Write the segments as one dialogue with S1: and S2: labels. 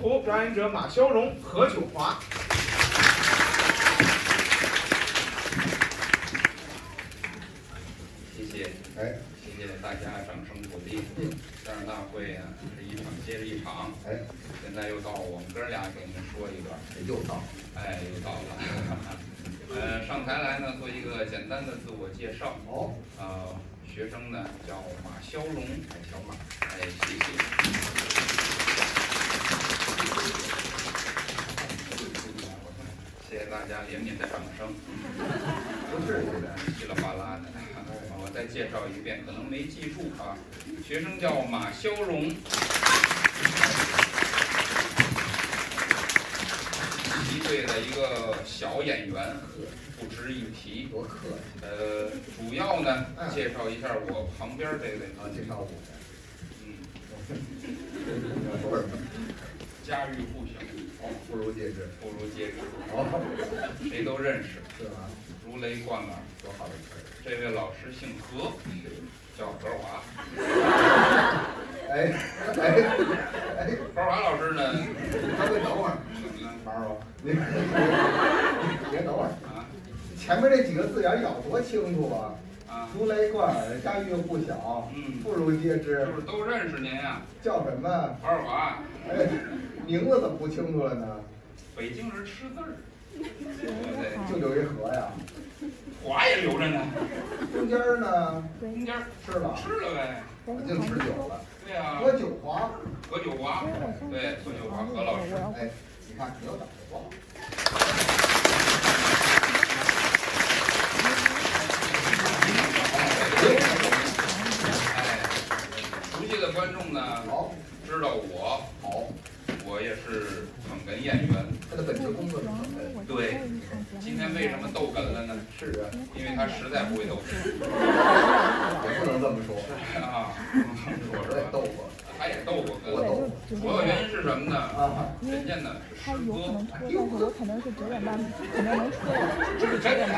S1: 图，表演者马修荣、何九华。
S2: 谢谢，
S3: 哎
S2: 谢谢大家掌声鼓励。相声大会啊，是一场接着一场，
S3: 哎，
S2: 现在又到我们哥俩给你们说一段，
S3: 又到了
S2: 哎，又到了。 呃，上台来呢，做一个简单的自我介绍。
S3: 哦，
S2: 呃，学生呢叫马骁龙，哎，小马，哎，谢谢。谢谢大家连绵的掌声，
S3: 不是现在，
S2: 稀里哗啦的。我再介绍一遍，可能没记住啊。学生叫马骁龙，一队的一个小演员，不值一提。
S3: 多客气
S2: 呃，主要呢
S3: 嗯，
S2: 介绍一下我旁边这位，
S3: 啊！介绍我，
S2: 嗯，
S3: 不是哦
S2: 家喻户晓，
S3: 不如介绍，
S2: 妇孺皆知，
S3: 哦，
S2: 谁都认识，
S3: 是吧？
S2: 如雷贯耳。
S3: 多好的词儿，
S2: 这位老师姓何，叫何华。
S3: 哎哎哎，
S2: 何华老师呢，
S3: 他会等会儿，
S2: 玩儿我
S3: 您您别等会儿，
S2: 啊
S3: 前面这几个字眼咬多清楚啊！
S2: 啊，
S3: 如雷贯耳，家喻户晓，
S2: 嗯
S3: 妇孺皆知
S2: 就，是都认识您呀、
S3: 叫什么？
S2: 何尔华，
S3: 哎，名字怎么不清楚了呢？
S2: 北京人吃字儿，对不对？
S3: 就有一河呀，
S2: 华也留着呢，
S3: 中间儿呢
S2: 中间儿
S3: 吃了，
S2: 吃了呗。
S3: 净吃酒了，
S2: 对呀、
S3: 喝酒华。
S2: 何九华，对，何九华，何老师。
S3: 哎，你看你又打得光，
S2: 哎，熟悉的观众呢，
S3: 好，
S2: 知道我，
S3: 好，
S2: 我也是捧哏演员。
S3: 他的本职工作是什么？
S2: 对，今天为什么逗哏了呢？
S3: 是啊，
S2: 因为他实在不会逗哏
S3: 也不能这么说，
S2: 啊，
S3: 我
S2: 我
S3: 是在
S2: 说
S3: 逗
S2: 吧，
S3: 我，
S2: 他也逗过
S3: 我
S2: 哏。
S3: 逗
S2: 主要原因是什么呢？
S3: 啊，
S2: 人家呢是
S4: 他
S2: 诗
S4: 有可
S2: 歌
S4: 能，出来，但是我肯定是九点半，肯定能出来。
S2: 这是真的。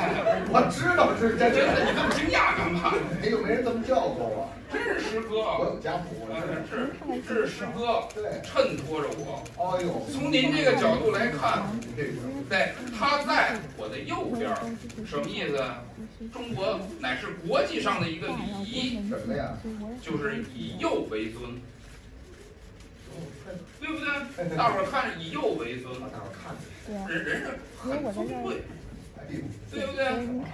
S3: 我知道是
S2: 真
S3: 真
S2: 的，
S3: 的，
S2: 你这么惊讶干嘛？
S3: 哎呦，没人这么叫过我，
S2: 真是诗歌啊
S3: 我！有家谱，我知道，
S2: 是这是诗歌，
S3: 对，
S2: 衬托着我。
S3: 哎呦，
S2: 从您这个角度来看，
S3: 你这个
S2: 在他在我的右边儿，什么意思啊？中国乃是国际上的一个礼仪，
S3: 什么呀？
S2: 就是以右为尊，对不对？大伙儿看着以右为尊，
S3: 大伙看着，
S4: 对啊，
S2: 人人是很尊贵，
S3: 哎呦，
S2: 对不对？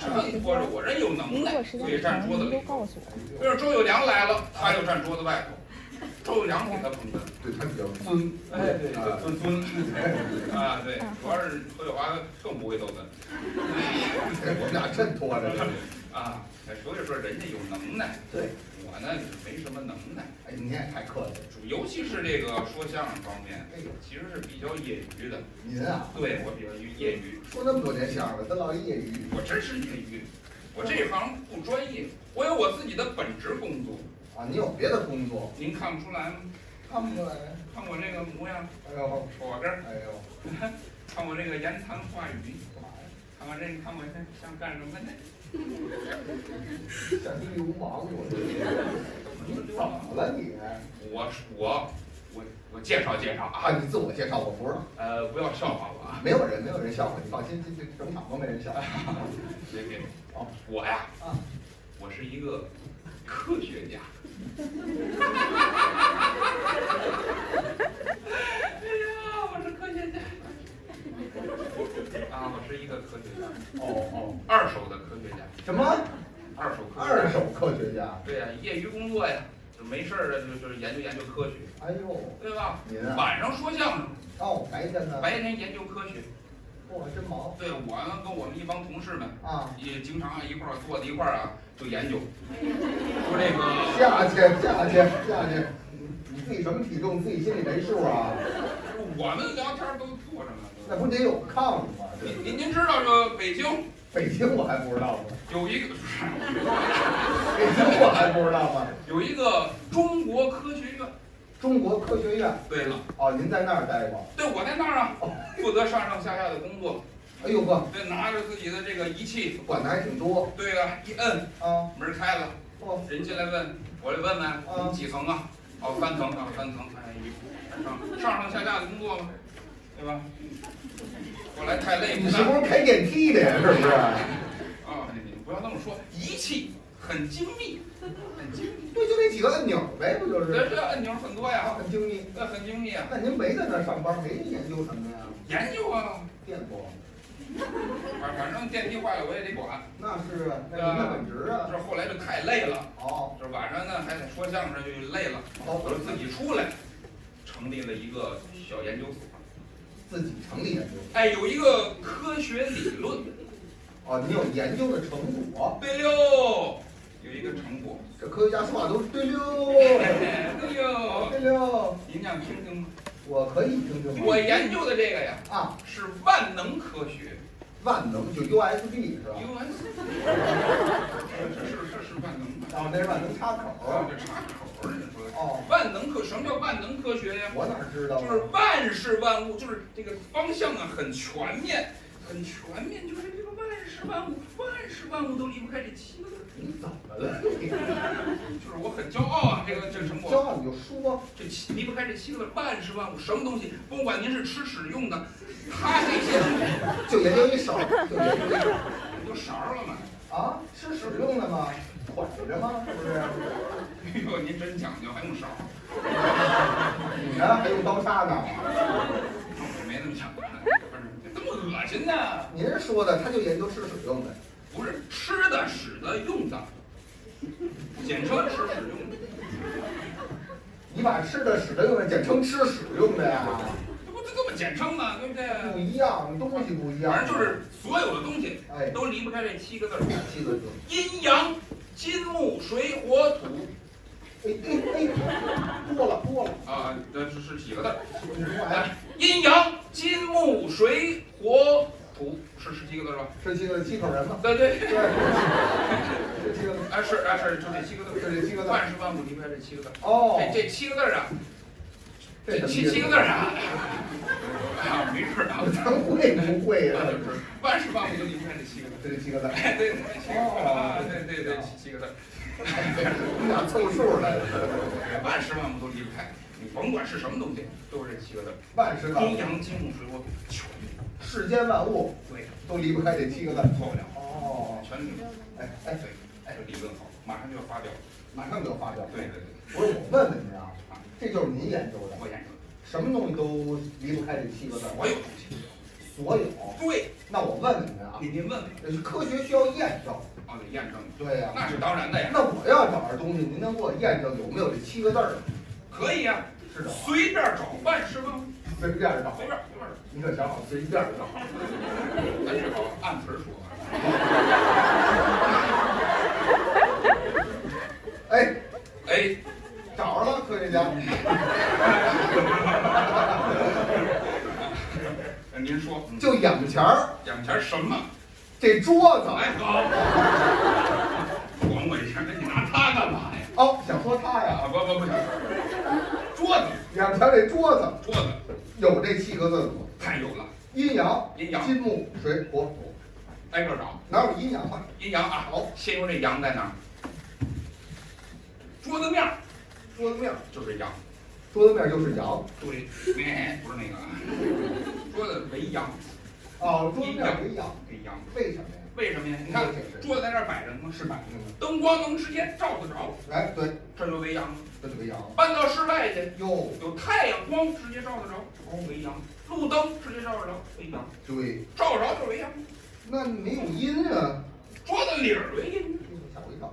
S2: 衬托着我人有能
S4: 如
S2: 耐，
S4: 果实
S2: 所
S4: 在
S2: 以
S4: 不
S2: 站桌
S4: 行，
S2: 子
S4: 您
S2: 里
S4: 都。告诉我。
S2: 要是周友良来了，他就站桌子外头，周友良给他捧哏。
S3: 对他比较尊，
S2: 哎，对，
S3: 啊，
S2: 尊尊啊，对，主要是何友华更不会逗哏
S3: 我们俩衬托着，
S2: 啊，所以说人家有能耐，
S3: 对，
S2: 我呢没什么能耐，
S3: 哎，你也太客气了，
S2: 主尤其是这个说相声方面，
S3: 哎呦，
S2: 其实是比较业余的，
S3: 您啊，
S2: 对我比较业余，
S3: 说那么多年相声了，咱老业余，
S2: 我真是业余，我这行不专业，我有我自己的本职工作，
S3: 啊，你有别的工作，
S2: 您看不出来吗？
S3: 看不出来，
S2: 看我这个模样，
S3: 哎呦，
S2: 我这儿，
S3: 哎呦。
S2: 看我这个言谈话语，看我这，看我这像干什么呢？
S3: 像流氓，我这怎么了你？
S2: 我我我我介绍介绍啊，
S3: 啊，你自我介绍，我不知道，
S2: 呃，不要笑话我啊，
S3: 没有人，没有人笑话你，放心，这这整场都没人笑。
S2: 别别，
S3: 哦，
S2: 我呀，
S3: 啊，
S2: 我是一个科学家。哎呀，我是科学家。啊，我是一个科学家，
S3: 哦哦，
S2: 二手的科学家，
S3: 什么
S2: 二手科学家。
S3: 二手科学家？
S2: 对呀、业余工作呀，就没事儿的，就就是研究研究科学，
S3: 哎呦，
S2: 对吧？
S3: 您啊，
S2: 晚上说相声，
S3: 哦，白天呢？
S2: 白天研究科学。
S3: 我真忙
S2: 对我呢，跟我们一帮同事们。
S3: 啊！
S2: 也经常啊一块儿坐在一块儿啊，就研究，说这个
S3: 下去下去下去，你自己什么体重自己心里没数啊？
S2: 我们聊天都做什么？
S3: 那不得有炕吗？这
S2: 您您您知道这北京
S3: 北京我还不知道吗？
S2: 有一个
S3: 北京我还不知道吗？
S2: 有一个中国科学院。
S3: 中国科学院
S2: 对了，
S3: 哦，您在那儿待过？
S2: 对我在那儿啊，负责上上下下的工作，
S3: 哎呦呵，
S2: 对，拿着自己的这个仪器，
S3: 管的还挺多
S2: 对了，一摁
S3: 啊！
S2: 门开了，
S3: 哦，
S2: 人进来问，我来问问
S3: 嗯
S2: 你几层啊？哦，三层啊，三层，哎，一上上上下下的工作吗？对吧？我来太累
S3: 你
S2: 不
S3: 是不
S2: 干
S3: 是开电梯的呀？是不是？
S2: 啊！你不要那么说，仪器很精密，很精密，
S3: 对，就那几个按钮呗，不就
S2: 这
S3: 是？
S2: 这按钮很多呀，
S3: 很精密。
S2: 这很精密啊，
S3: 那您没在那儿上班，没研究什么呀？
S2: 研究啊，
S3: 电工，
S2: 反反正电梯坏了我也得管。
S3: 那是啊那您的本职啊。
S2: 这后来就太累了。
S3: 好，
S2: 这晚上呢还得说相声，就累了，
S3: 好
S2: 我，就自己出来，成立了一个小研究所。
S3: 自己成立研究。
S2: 哎，有一个科学理论，
S3: 哦，你有研究的成果，
S2: 对溜，有一个成果，
S3: 这科学家说话都是对溜，
S2: 哎对溜，
S3: 对溜，
S2: 您想听听吗？
S3: 我可以听听吗？
S2: 我研究的这个呀
S3: 啊，
S2: 是万能科学
S3: 万能就 USB 是吧？
S2: ，US，这是这是万能的，
S3: 哦，那是万能插
S2: 我
S3: 口。
S2: 这插口儿，你说的
S3: 哦，
S2: 万能科什么叫万能科学呀？
S3: 我哪知道啊？
S2: 就是万事万物，就是这个方向啊，很全面，很全面，就是这个万事万物，万事万物都离不开这七个字。
S3: 你怎么了？
S2: 就是我很骄傲啊，这个这个成
S3: 骄
S2: 果，
S3: 傲你就说，
S2: 这七离不开这七个字，万事万物，什么东西，不管您是吃屎用的，它这些东西
S3: 就研究一手，就研究一手
S2: 你就勺儿了嘛。
S3: 啊，是使用的吗？捆着吗？是不是？
S2: 哎呦，您真讲究，还用勺儿？
S3: 你呢？还用刀叉呢？
S2: 我没那么讲究，不是这么恶心呢、
S3: 您说的，他就研究吃使用的。
S2: 不是吃的、屎的、用的，简称吃屎用的，
S3: 你把吃的、使的用的简称吃使用的呀，
S2: 这不就这么简称吗？对不对？
S3: 不一样，东西不一样。
S2: 反正就是所有的东西
S3: 哎，
S2: 都离不开这七个字儿：
S3: 七个字。
S2: 阴阳、金木水火土
S3: 哎哎哎，过了过了，
S2: 啊，这是是几个字儿？
S3: 你过来
S2: 哎，阴阳、金木水火土是是七个字儿吧？
S3: 这七个七口人嘛，
S2: 对对，
S3: 对，这七个字，
S2: 哎是哎是，就这七个字
S3: 这是七个
S2: 儿，
S3: 字。
S2: 万事万物离不开这七个字儿。
S3: 哦，
S2: 这这七个字儿啊，
S3: 这
S2: 这
S3: 什么
S2: 七
S3: 意思
S2: 七个字儿啊， 哎呀，没事儿啊，
S3: 咱会不会呀？
S2: 就是万事万物都离不开这七个字儿。
S3: 这七个字，
S2: 哎，对对，七个字儿啊，对对对，七七个字儿。
S3: 你俩凑数来了。
S2: 万事万物都离不开，你甭管是什么东西，都是这七个字儿：
S3: 万事万
S2: 阴
S3: 物，
S2: 阳金木水火全
S3: 世间万物
S2: 对，
S3: 都离不开这七个字。
S2: 错不了，
S3: 哦，
S2: 全对。
S3: 哎哎，
S2: 哎，这理论好，马上就要发表了。
S3: 马上就发表。
S2: 对对对，
S3: 不是我问问您啊，这就是您研究的，
S2: 我研究
S3: 什么东西都离不开这七个字
S2: 了。所有东西。
S3: 所有，
S2: 对，
S3: 那我问问您啊，
S2: 您您问问，
S3: 这是科学需要验证。
S2: 哦，得验证，
S3: 对呀、
S2: 那是当然的呀，
S3: 那我要找着东西，您能给我验证有没有这七个字儿吗？
S2: 可以呀，
S3: 是的，
S2: 随便找，万事万物
S3: 随便找
S2: 随，便随便找，
S3: 你可想好随便找。
S2: 咱只好按词儿说啊。
S3: 哎，
S2: 哎，
S3: 找着了，科学家。
S2: 您说，
S3: 就眼前儿
S2: 眼前什么？
S3: 这桌子，
S2: 哎，好，管我一下，那你拿它干嘛呀？
S3: 哦，想说他呀，
S2: 啊，不不不行，桌子
S3: 眼前这桌子
S2: 桌子
S3: 有这七个字吗？
S2: 太有了，
S3: 阴阳、
S2: 阴阳
S3: 金木水火土，
S2: 挨个找，
S3: 哪有阴阳啊？
S2: 阴阳啊，
S3: 好，
S2: 先说这阳在哪儿？桌子面儿
S3: 桌子面儿，
S2: 就是阳，
S3: 桌子面儿就是阳。
S2: 对，哎，不是那个，啊，桌子为阳，
S3: 哦，桌子面儿为阳，
S2: 为阳，
S3: 为什么呀？
S2: 为什么呀？你看桌子在这儿摆着呢吗？是摆着呢，灯光能直接照得着，
S3: 哎，对，
S2: 这就为阳。
S3: 这就为阳。
S2: 搬到室外去，
S3: 哟，
S2: 有太阳光直接照得着，哦，为阳；路灯直接照得着，为阳。
S3: 对，
S2: 照着就是为阳，
S3: 那没有阴啊，
S2: 桌子理儿为阴，
S3: 吓我一跳。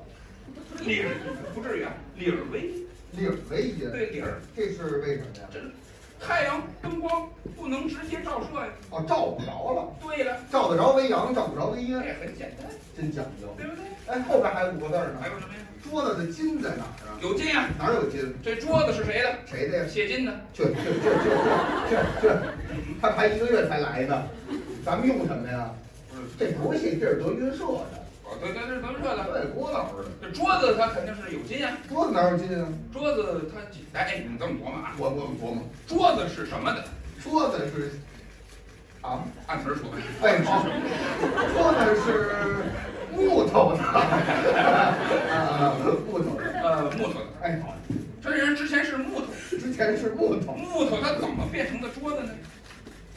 S2: 理儿不至于啊，理儿为阴，
S3: 理儿为阴，
S2: 对理儿，
S3: 这是为什么呀？
S2: 这太阳灯光不能直接照射呀。
S3: 哦，照不着了，
S2: 对了，
S3: 照得着为阳，照不着为阴
S2: 这，很简单，
S3: 真讲究。
S2: 对不对？
S3: 哎，后边还有五个字儿
S2: 还
S3: 呢。
S2: 有什么呀？
S3: 桌子的金在哪儿啊？
S2: 有金呀，
S3: 哪儿有金？
S2: 这桌子是谁的？
S3: 谁的呀？
S2: 谢金的。
S3: 去去去去去去！他排一个月才来呢，咱们用什么呀？
S2: 不是，
S3: 这不是谢，这是德云社的，
S2: 哦，对对，这是咱们这的。
S3: 对，郭老师的。
S2: 这桌子它肯定是有金呀，
S3: 桌子哪有金啊？
S2: 桌子它几哎，你这么琢磨啊？
S3: 我我琢磨，
S2: 桌子是什么的？
S3: 桌子是啊，
S2: 按词儿说，
S3: 哎，好，桌子是木头的，啊，木头的。
S2: 呃，木头的。
S3: 哎，
S2: 这人之前是木头，
S3: 之前是木头，
S2: 木头它怎么变成的桌子呢？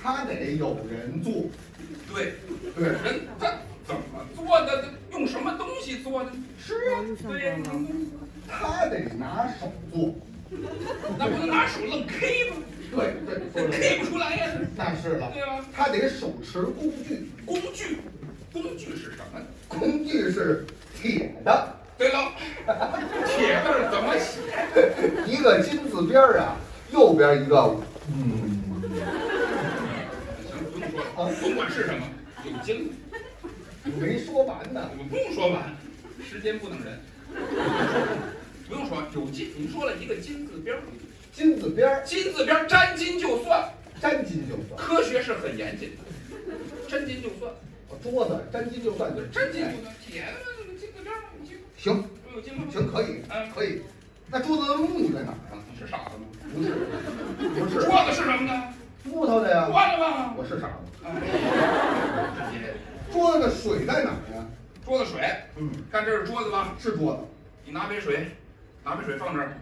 S3: 它得有人坐。
S2: 对，
S3: 对，
S2: 人他怎么做的？这用什么东西做的？是啊，对呀、
S3: 它得拿手坐。
S2: 那不能拿手愣 K 吗？
S3: 对对，
S2: 这
S3: 说得
S2: K
S3: 对
S2: 不出来呀、
S3: 那是了
S2: 对啊，
S3: 它得手持工具，
S2: 工具，工具是什么？
S3: 工具是铁的，
S2: 对了，铁字儿怎么写？
S3: 一个金字边儿啊，右边一个
S2: 行，不用说了，甭管是什么，有劲了。
S3: 没说完呢。
S2: 我不用说完，时间不等人。不用说，有金，你说了一个金字边儿，
S3: 金字边儿
S2: 金字边儿沾金就算，
S3: 沾金就算，
S2: 科学是很严谨的，沾金就算，
S3: 桌子沾金就算就
S2: 沾金就算，铁的嘛金字边儿嘛，你这
S3: 行
S2: 不有金吗？
S3: 行可以
S2: 嗯
S3: 可以。那桌子的木在哪儿啊？
S2: 是傻子吗？
S3: 不是不
S2: 桌
S3: 是
S2: 子是什么呢？
S3: 木头的呀。
S2: 关了吧。
S3: 我是傻子。
S2: 哎直接
S3: 桌子的水在哪儿呀？
S2: 桌子水，
S3: 嗯，
S2: 看这是桌子吧？
S3: 是桌子。
S2: 你拿杯水，拿杯水放这儿，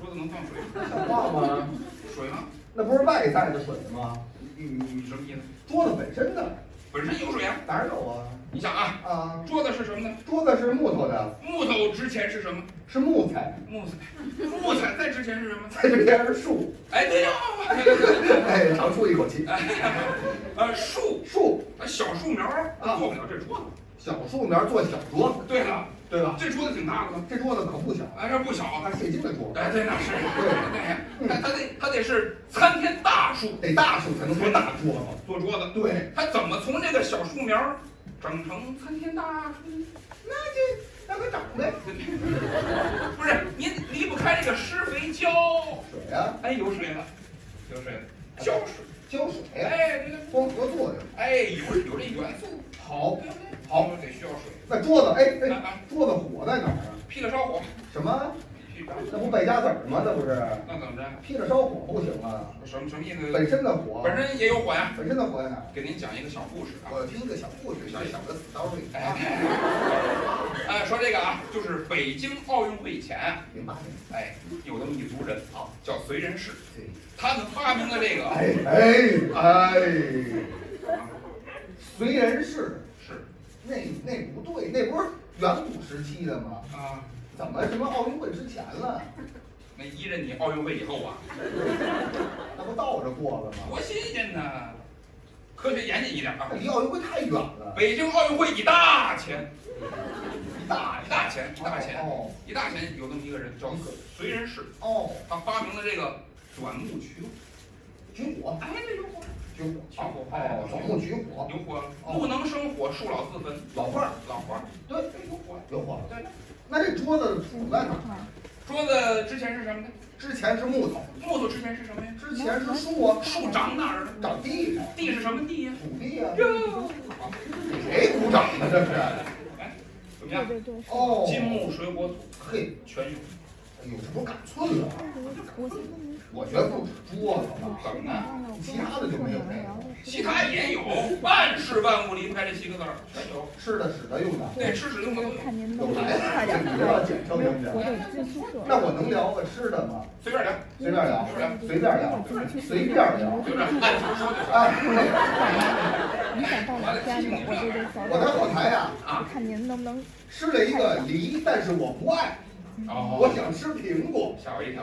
S2: 桌子能放水？
S3: 像话吗？
S2: 水吗？
S3: 那不是外在的水吗？
S2: 你你你什么意思？
S3: 桌子本身呢？
S2: 本身有水啊。
S3: 哪儿有啊？
S2: 你想啊，
S3: 啊，
S2: 桌子是什么呢？
S3: 桌子是木头的，
S2: 木头之前是什么？
S3: 是木材，
S2: 木材，哎木材在之前是什么？
S3: 在这边是树。
S2: 哎，对呀、
S3: 哎，长舒一口气。
S2: 呃，树，
S3: 树，
S2: 呃小树苗儿
S3: 啊
S2: 做不了这桌子。
S3: 小树苗做小桌子，
S2: 对了，
S3: 对吧？
S2: 这桌子挺大的吧？
S3: 这桌子可不小，
S2: 哎，这不小啊。
S3: 按现金的桌，
S2: 哎，对，那是，
S3: 嗯
S2: 对，它它哎得它得是参天大树
S3: 得大树才能做大桌子。
S2: 做桌子，
S3: 对，
S2: 它怎么从这个小树苗儿整成参天大树？
S3: 那就让它长呗。
S2: 不是，您离不开这个施肥浇。
S3: 水啊，
S2: 哎，有水了，有水了，浇水。
S3: 浇水啊，
S2: 哎，这个
S3: 光合作用。
S2: 哎，有有这元素，
S3: 好，
S2: 好，得需要水。
S3: 那桌子，哎哎，桌子火在哪儿啊？
S2: 劈了烧火，
S3: 什么？
S2: 劈了
S3: 那不败家子儿吗？那不是
S2: 那怎么着？
S3: 劈了烧火不行啊，
S2: 什么什么意思？
S3: 本身的火，
S2: 本身也有火呀。
S3: 本身的火在哪儿？
S2: 给您讲一个小故事啊。
S3: 我听一个小故事，小小的 story 啊，
S2: 哎， 哎说这个啊，就是北京奥运会以前，
S3: 明白？
S2: 哎，有那么一族人啊，叫燧人氏，他们发明了这个
S3: 哎哎哎，虽然是
S2: 是
S3: 那那不对，那不是远古时期的吗？
S2: 啊，
S3: 怎么什么奥运会之前了？
S2: 那依着你奥运会以后啊，
S3: 那不倒着过了吗？
S2: 多新鲜呐！科学严谨一点啊
S3: 那，离奥运会太远了，
S2: 北京奥运会一大前，
S3: 一大
S2: 一大前，一大前，
S3: 哦
S2: 一大前有那么一个人叫燧人氏，
S3: 哦，
S2: 他发明了这个钻木取啊火。
S3: 举火
S2: 哎，这有火，
S3: 举火
S2: 哎
S3: 哦，钻木取火，
S2: 有火，木能生火，树老自焚。
S3: 老伴儿
S2: 老花，
S3: 对
S2: 这有火。
S3: 有火。
S2: 对，
S3: 那这桌子主在哪儿？
S2: 桌子之前是什么呢？
S3: 之前是木头，
S2: 木头之前是什么呀？
S3: 之前是树啊，
S2: 树长哪儿了？
S3: 长地上，
S2: 地是什么地呀？
S3: 土地啊，
S2: 哟，
S3: 给谁鼓掌呢？这是？
S2: 怎么
S4: 对
S2: 样？
S4: 对对，是
S3: 哦，
S2: 金木水火土
S3: 嘿。
S2: 全有。
S3: 哎呦，这不是赶寸了？
S4: 我先跟您说，
S3: 我觉得不止桌子吧，
S2: 怎么呢？
S4: 刚才我跟
S3: 其他的就没有这
S4: 聊
S3: 个。
S4: 的是
S2: 其他也有，万事万物离不开这七个字儿，全有。
S3: 吃的、使的、用的，
S2: 对，吃屎用的都有，
S4: 看您能
S3: 有
S4: 不能
S3: 来
S4: 快点
S3: 你这
S4: 快
S3: 要简
S4: 点，
S3: 称行不
S4: 我
S3: 行？
S4: 得进宿舍。
S3: 那我能聊个吃的吗？
S2: 随便聊，
S3: 随便聊，随便聊，随便聊。
S2: 随便按图说就行。
S3: 哎，
S4: 你想到哪天了，我就得早
S3: 我在
S4: 点。
S3: 后台呀、
S2: 啊，
S4: 看您能不能
S3: 吃了一个梨，但是我不爱，我
S2: 哦，
S3: 想吃苹果。
S2: 吓我一跳。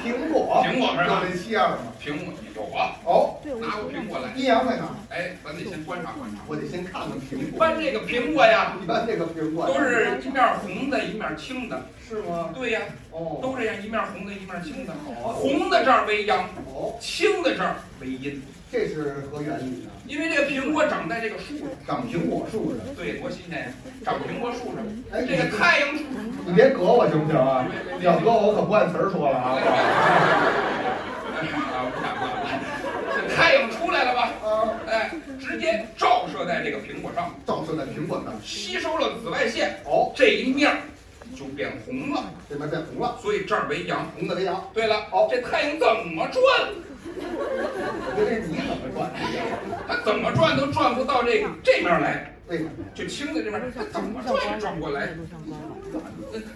S3: 苹果，
S2: 苹果是吧
S3: 有这七样吗？
S2: 苹果有啊，
S3: 哦，
S4: 对我
S2: 拿过苹果来。
S3: 阴阳在哪？
S2: 哎，咱得先观察观察。
S3: 我得先看看苹果。
S2: 翻这个苹果呀，
S3: 一般这个苹果
S2: 都是一面红的，一面青的。
S3: 是吗？
S2: 对呀，
S3: 哦
S2: 都这样，一面红的，一面青的。
S3: 哦
S2: 红的这儿为阳，
S3: 哦，
S2: 青的这儿为阴，
S3: 这是何原理呢？
S2: 因为这个苹果长在这个树上。
S3: 长苹果树上。
S2: 对，多新鲜呀！长苹果树上，
S3: 哎，
S2: 这个太阳树。
S3: 你别膈我行不行啊？你要膈我，我可不按词儿说了啊！
S2: 啊，不敢不敢，这太阳出来了吧？
S3: 啊，
S2: 哎，直接照射在这个苹果上，
S3: 照射在苹果上，
S2: 吸收了紫外线，
S3: 哦，
S2: 这一面儿就变红了，
S3: 这边变红了，
S2: 所以这儿为阳。
S3: 红的为阳。
S2: 对了，
S3: 哦
S2: 这太阳怎么转？
S3: 我觉得这你怎么转？
S2: 它怎么转都转不到这个这面来，
S3: 为什么呀？
S2: 就轻的这边儿，它怎么
S4: 路
S2: 转
S4: 上
S2: 也转不过来。
S4: 路上关了。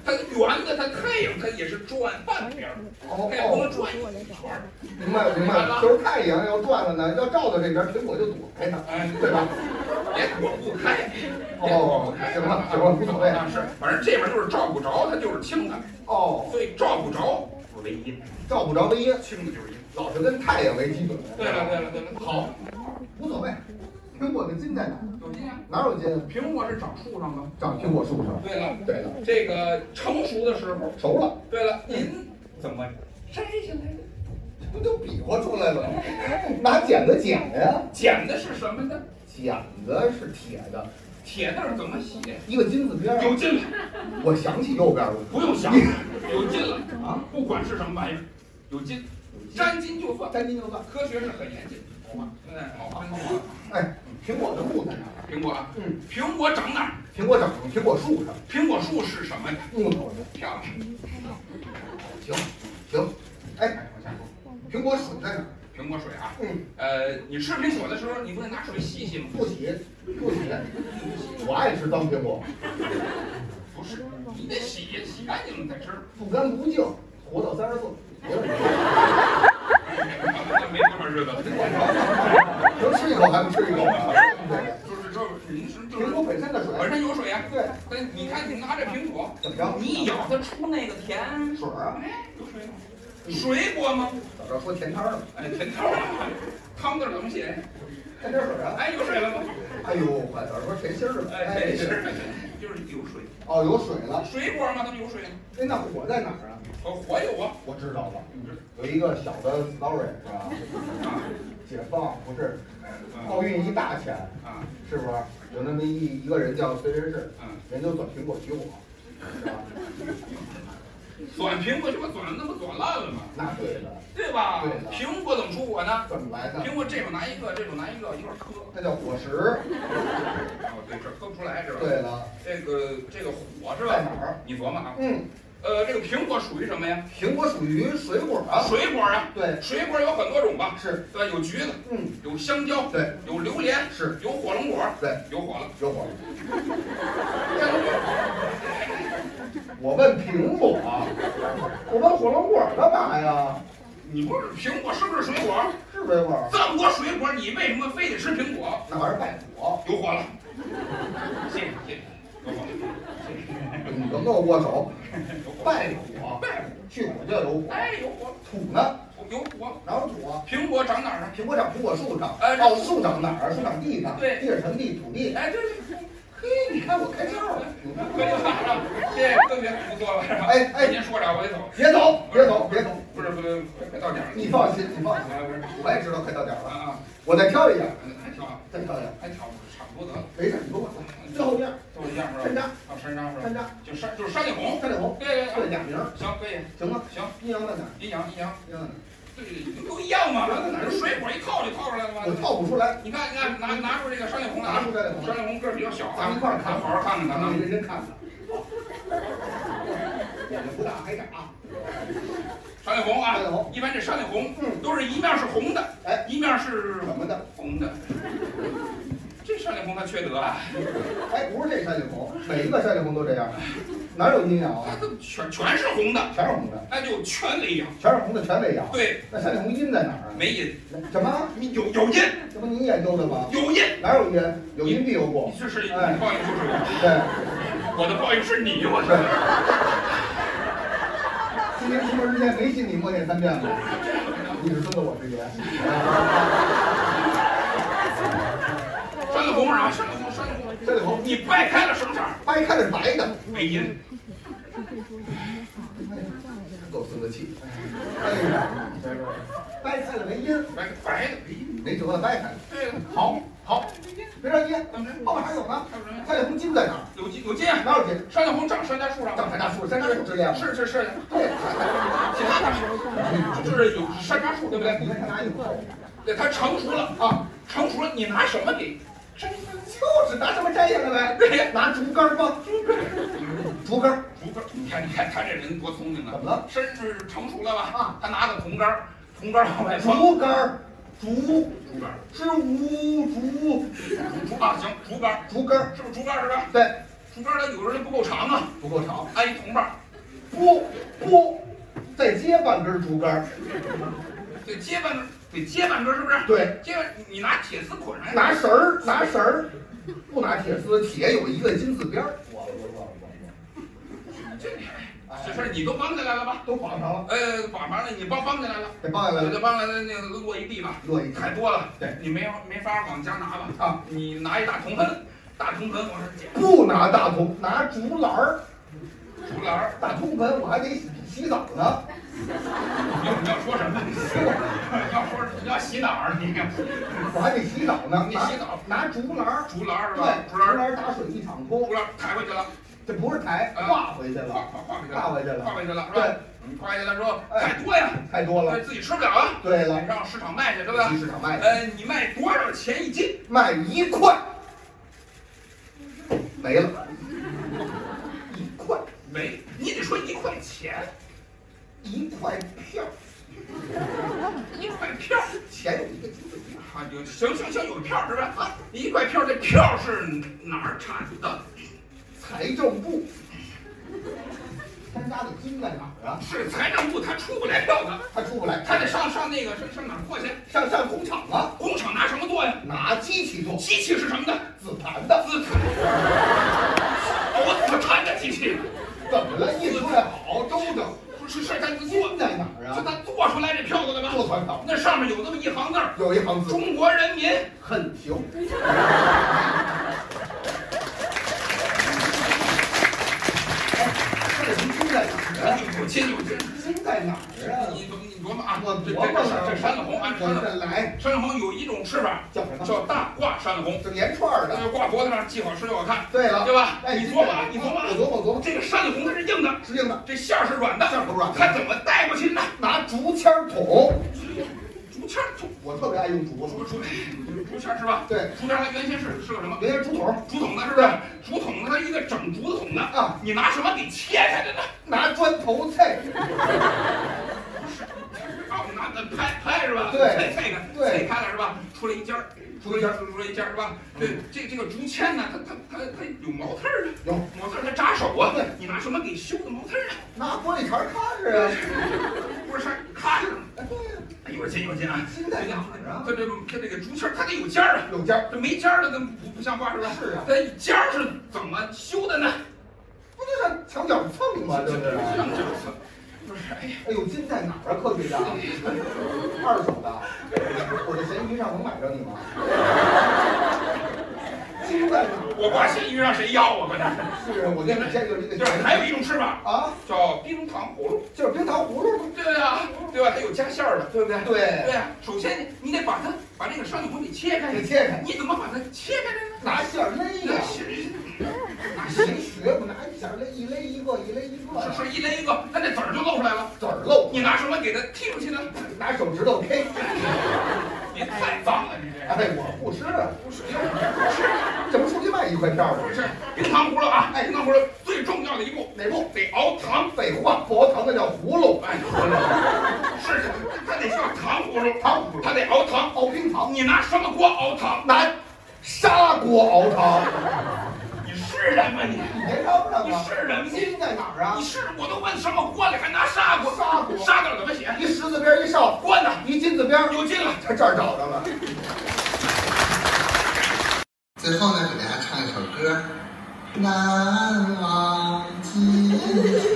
S2: 它它圆的，它太阳它也是转半边儿，
S3: 哦
S2: 它也不能
S3: 哦，
S2: 转一圈儿。
S3: 明白了明白了，就是太阳要转了呢，要照到这边，苹果就躲开它，
S2: 哎，
S3: 对吧？
S2: 别躲不开，别躲不
S3: 哦
S2: 开。，
S3: 行了行了，无所谓。
S2: 啊，是，反正这边就是照不着，它就是轻的，
S3: 哦，
S2: 所以照不着不为因，
S3: 照不着唯一，
S2: 轻的就是因。
S3: 老是跟太阳为基准。
S2: 对了对了对了，好，
S3: 无所谓。苹果的筋在哪？
S2: 有劲啊！
S3: 哪有筋？
S2: 苹果是长树上的。
S3: 长苹果树上。
S2: 对了，
S3: 对了，
S2: 这个成熟的时候。
S3: 熟了，
S2: 对了，您怎么摘下来的？
S3: 这不就比划出来了吗？拿剪子剪的呀。
S2: 剪的是什么呢？
S3: 剪子是铁的，
S2: 铁字儿怎么写？
S3: 一个金字边
S2: 有
S3: 儿。
S2: 劲了，
S3: 我想起右边了。
S2: 不用想，有劲了啊！不管是什么玩意儿，有劲，沾筋就算。
S3: 沾金就算。
S2: 科学是很严谨的，好吧？现在好，好好
S3: 哎，苹果的木在哪儿？
S2: 苹果啊，
S3: 嗯，
S2: 苹果长哪儿？
S3: 苹果长苹果树上，
S2: 苹果树是什么呀？
S3: 木头的。
S2: 漂亮，
S3: 行，行。哎，
S2: 往下说。
S3: 苹果水在哪儿？
S2: 苹果水啊，
S3: 嗯，
S2: 呃，你吃苹果的时候，你不得拿水洗洗吗？
S3: 不洗，不洗。我爱吃脏苹果，
S2: 不是，你得洗，洗干净了再吃。
S3: 不干不净，活到三十岁。没问题
S2: 哎没多少日子了，
S3: 能吃一口还不吃一口呢？对
S2: 就是这，您是就
S3: 苹
S2: 是
S3: 果本身的
S2: 本
S3: 水，
S2: 身有水啊。
S3: 对，
S2: 但你看你拿这苹果，
S3: 怎么着？
S2: 你一咬它出那个甜，
S3: 水啊，
S2: 哎，有水吗？水果吗？
S3: 怎么着说甜汤了？
S2: 哎，甜头啊，汤字儿怎么写？
S3: 甜点水啊？
S2: 哎，有水了吗？
S3: 哎呦，我怎么说甜心儿了？
S2: 哎，这是就是有水。
S3: 哦，有水了。
S2: 水果嘛，它们有水啊。
S3: 哎，那火在哪儿啊？
S2: 哦，火有啊。
S3: 我知道了，有一个小的 story 是吧？解放不是奥运一大钱，
S2: 啊，
S3: 是不是？有那么一一个人叫崔真士，
S2: 嗯，
S3: 人就转苹果娶我，是吧？
S2: 转苹果这不转那不转烂了吗？
S3: 那对了，
S2: 对吧？
S3: 对的
S2: 苹果怎么出火呢？
S3: 怎么来的？
S2: 苹果这手拿一个，这手拿一个，一块儿磕。
S3: 那叫果实。
S2: 哦，对，这磕不出来是吧？
S3: 对了，
S2: 这个这个火是
S3: 在
S2: 吧？
S3: 哪儿？
S2: 你琢磨啊，
S3: 嗯，
S2: 呃，这个苹果属于什么呀？
S3: 苹果属于水果啊。
S2: 水果啊，
S3: 对，
S2: 水果有很多种吧？
S3: 是，
S2: 对，有橘子，
S3: 嗯，
S2: 有香蕉，
S3: 对，
S2: 有榴莲，
S3: 是，
S2: 有火龙果，
S3: 对，
S2: 有火了。
S3: 有火。我问苹果，我问火龙果干嘛呀？
S2: 你不是苹果是不是水果？
S3: 是水果，
S2: 这么多水果，你为什么非得吃苹果？
S3: 那玩意儿败火。
S2: 有火了，谢谢谢谢，有火了，
S3: 你能跟我握手？
S2: 有火了，
S3: 败火，
S2: 败火，
S3: 去火就有火。
S2: 哎，有火了，
S3: 土呢？
S2: 有火了。
S3: 哪有土啊？
S2: 苹果长哪儿啊？
S3: 苹果长苹果树上，
S2: 哎
S3: 哦，树长哪儿？树长地上，
S2: 对
S3: 地是什么地？土地。
S2: 哎，对对，
S3: 嘿，你看我开窍了，你看
S2: 科学发展，谢谢科学不错了是吧？
S3: 哎哎
S2: 您说着我得走，
S3: 别走，别走，别走，
S2: 不是不是，快到点儿了，
S3: 你放心，你放心，
S2: 哎不是
S3: 我也知道快到点儿
S2: 啊
S3: 了，
S2: 啊，
S3: 我再挑一下，
S2: 还挺好，
S3: 再挑一下，
S2: 还挺好，差不多得了。
S3: 没事，你甭管了，最后一样，
S2: 都一样是吧？
S3: 山楂，
S2: 啊，山楂是吧？
S3: 山楂，
S2: 就山就是山里红。
S3: 山里红，
S2: 对对
S3: 这
S2: 对，
S3: 俩名儿，
S2: 行可以，
S3: 行吗？
S2: 行，
S3: 阴阳在哪儿？
S2: 阴阳阴阳，
S3: 阴阳在哪
S2: 对对对，都一样嘛，那哪是水果一套就套出来了
S3: 儿？我
S2: 吗？
S3: 套不出来，
S2: 你看你看拿拿出这个山里红来
S3: 拿
S2: 啊，
S3: 出山里红，
S2: 山里红个儿比较小
S3: 咱
S2: 啊
S3: 们一，块儿嗯看
S2: 咱好好看看它
S3: 咱
S2: 啊
S3: 们。认真看看，眼睛不大还傻，
S2: 山里红啊，
S3: 山里红，
S2: 一般这山里红
S3: 嗯，
S2: 都是一面是红的，
S3: 哎，
S2: 一面是
S3: 什么的？
S2: 红的。这山里红它缺德啊，
S3: 哎，不是这山里红，每一个山里红都这样，哪有阴阳
S2: 它
S3: 啊？
S2: 都全全是红的，
S3: 全是红的，
S2: 那就全为阳。
S3: 全是红的，全为阳。
S2: 对，
S3: 那山里红阴在哪儿啊？
S2: 没阴，
S3: 什么？
S2: 你有有阴
S3: 这不你研究的吗？
S2: 有阴，
S3: 哪有阴？有阴必有果
S2: 你。这是你
S3: 哎
S2: 报应就是我，
S3: 对，
S2: 我的报应是你，我操！
S3: 今天出门之前没信你默念三遍吗？你是孙子，我是爷。
S2: 山里红啊，山里红，山里红，
S3: 山里红
S2: 你掰开了什么色儿？
S3: 掰开了是白的，
S2: 没阴。
S3: 够孙子气。哎呀，你这个掰开了没阴，
S2: 白白的没阴。
S3: 没辙，掰开了。
S2: 对了，
S3: 好，好，别着急，
S2: 怎么着？
S3: 后面还有呢。
S2: 还有什么呀？
S3: 山里红筋在哪儿？
S2: 有金有金，啊
S3: 哪有筋？
S2: 山里红长山楂树上
S3: 长
S2: 吗？
S3: 山楂树，山楂树之恋吗？
S2: 是是是，
S3: 对，
S2: 就是有山楂树，对
S3: 对
S2: 不
S3: 不
S2: 对？
S3: 对？你看他拿一块。
S2: 对，它成熟了啊，成熟了，你拿什么给？摘下来
S3: 就是拿什么摘下来呗？
S2: 对，
S3: 拿竹竿儿吗？竹竿儿
S2: 竹竿，你看你看他这人多聪明
S3: 怎
S2: 啊！
S3: 么了？
S2: 身是成熟了吧？
S3: 啊，
S2: 他拿个铜杆儿，铜杆儿往外
S3: 竹竿儿竹
S2: 竹竿儿，
S3: 是无竹
S2: 竹竿儿行，竹竿儿，
S3: 竹竿儿，
S2: 是不是竹竿儿是吧？
S3: 对，
S2: 竹竿儿它有时候它不够长啊，
S3: 不够长。
S2: 挨一铜把儿，
S3: 不不，再接半根竹竿儿，
S2: 得接半根儿，得接半根儿是不是？
S3: 对，
S2: 接半你拿铁丝捆上呀。
S3: 拿绳儿拿绳儿，不拿铁丝，铁有一个金字边儿。我我我我
S2: 这这事儿你都帮起来了吧？
S3: 我，都绑上了，
S2: 呃，绑完了，你帮帮起来了，
S3: 给绑下来
S2: 有的
S3: 了，
S2: 帮来了，那个落一地吧，
S3: 落一
S2: 太
S3: 看
S2: 多了，
S3: 呃对，
S2: 你没法没法往家拿吧？
S3: 啊，
S2: 你拿一大铜盆，大铜盆往上捡
S3: 不拿大铜，拿竹篮儿，
S2: 竹篮儿，
S3: 大铜盆我还得洗洗澡呢。
S2: 你要你要说什么？ 你要说你要洗哪儿？你
S3: 我还得洗澡呢，
S2: 你
S3: 拿
S2: 洗澡
S3: 拿竹篮儿，
S2: 竹篮儿是吧？
S3: 对，
S2: 竹
S3: 竹
S2: 篮
S3: 篮
S2: 儿，
S3: 儿打水一场
S2: 竹
S3: 空，
S2: 篮儿抬回去了，
S3: 这不是抬，
S2: 啊
S3: 挂回去
S2: 跨
S3: 了，
S2: 跨跨回去了，
S3: 挂回去
S2: 跨
S3: 了，
S2: 回去了是吧？
S3: 对，
S2: 你跨回去了之后
S3: 哎
S2: 太多呀，
S3: 太多了。
S2: 自己吃不了啊，
S3: 对了
S2: 你，上市场卖去对吧
S3: 去？市场卖去，
S2: 呃，你卖多少钱一斤？
S3: 卖一块，没 了，一块
S2: 没，你得说一块钱，
S3: 一块票，
S2: 一块票。
S3: 钱有一个金字边，
S2: 啊，有行行行，有票是吧？一块票，这票是哪儿产的？
S3: 财政部。山楂的金在哪儿啊？
S2: 是财政部，他出不来票的，
S3: 他出不来，
S2: 他得上上那个上上哪儿过去？
S3: 上上工厂啊，
S2: 工厂拿什么做呀？
S3: 拿机器做，
S2: 机器是什么的？
S3: 紫檀的，
S2: 自产。我怎么产的机器？
S3: 怎么了？一出来好周正，
S2: 不是是他做，
S3: 金在哪儿
S2: 是
S3: 啊？
S2: 他做出来这票子的吗？
S3: 做传统，
S2: 那上面有这么一行字儿
S3: 有一行：“字
S2: 中国人民
S3: “恨thiếu”。哎，这金在哪”。儿啊？
S2: 有亲有亲，
S3: 金在哪儿啊？
S2: 你琢你琢磨啊，
S3: 我
S2: 这
S3: 琢
S2: 这
S3: 磨
S2: 这这山红啊，山
S3: 我
S2: 红，
S3: 这来
S2: 山红有一种吃法
S3: 叫什么？
S2: 叫大挂山红。
S3: 就连串儿的。
S2: 呃，挂脖子上既好吃又好看，
S3: 对了，
S2: 对吧？
S3: 哎，
S2: 你琢磨啊，你琢磨
S3: 我
S2: 啊，
S3: 琢磨琢磨，
S2: 这个山里红它是硬的，
S3: 是硬的，
S2: 这馅儿是软的，
S3: 馅儿不软
S2: 它怎么带过去呢？
S3: 拿竹签儿捅，
S2: 竹签儿，竹
S3: 我特别爱用竹
S2: 竹竹竹签儿是吧？
S3: 对，
S2: 竹签儿它原先是是个什么？
S3: 原先竹筒
S2: 竹筒子是不是？竹筒子它一个整竹子筒的，
S3: 啊，
S2: 你拿什么给切下来的？
S3: 拿砖头菜，
S2: 啊，我拿那拍拍是吧？
S3: 对
S2: 这这个
S3: 对
S2: 这开了是吧？出来一尖儿，出来一尖儿，出来一尖儿是吧？对，这这个竹签呢，它它它它有毛刺儿啊，
S3: 有
S2: 毛刺儿它扎手啊
S3: 对，
S2: 你拿什么给修的毛刺儿啊？
S3: 拿玻璃碴儿看着啊。
S2: 不是，咔着呢。
S3: 哎对呀，
S2: 哎呦，这有劲啊！
S3: 金在哪儿啊？
S2: 它这它这个竹签儿，它得有尖儿啊，
S3: 有尖儿，
S2: 这没尖儿的它不不像话是吧？
S3: 是啊，
S2: 它尖儿是怎么修的呢？
S3: 不就让墙角蹭吗？对不对？
S2: 这样子，不是，哎呀，
S3: 哎呦，金在哪儿啊，科学家？二手的，我在闲鱼上能买着你吗？金在哪儿？
S2: 我挂咸鱼让谁要啊？搁那，
S3: 是我给你这个这
S2: 就
S3: 个
S2: 是还有一种吃法
S3: 啊，
S2: 叫冰糖葫芦，
S3: 就是冰糖葫芦。
S2: 对啊，对吧？它有夹馅儿的，对不对？
S3: 对，
S2: 对啊，首先你得把它把那个山里红给切开
S3: 给，切开，
S2: 你怎么把它切开的呢？
S3: 拿馅儿勒呀
S2: 那。是
S3: 哪谁学不拿一下勒一勒一个一勒一个
S2: 是
S3: 呀？
S2: 是一勒一个，它那籽儿就露出来了。
S3: 籽儿漏，
S2: 你拿什么给它剔出去呢？
S3: 拿手指头 K。
S2: 你太脏了，你这。
S3: 哎，我不吃啊，
S2: 不是，
S3: 这不出去卖一块票
S2: 不
S3: 吗？
S2: 是冰糖葫芦啊！哎，冰糖葫芦最重要的一步，
S3: 哪不？
S2: 得熬糖。
S3: 废话，不熬糖那叫葫芦，
S2: 哎，葫芦是是，它得叫糖葫芦，
S3: 糖葫芦，
S2: 它得熬糖。
S3: 熬冰糖，
S2: 你拿什么锅熬糖？
S3: 拿砂锅熬糖，
S2: 你是人吗你？
S3: 你别嚷嚷
S2: 你
S3: 啊！
S2: 是人吗你？
S3: 金在哪儿啊
S2: 你？是我都问什么锅了，还拿砂锅？
S3: 砂锅
S2: 砂锅怎么写？
S3: 一十字边一哨，
S2: 锅呢？
S3: 一金字边，
S2: 有劲了。
S3: 这这儿找着了。
S5: 最后呢，给大家唱一首歌，《难忘今宵》。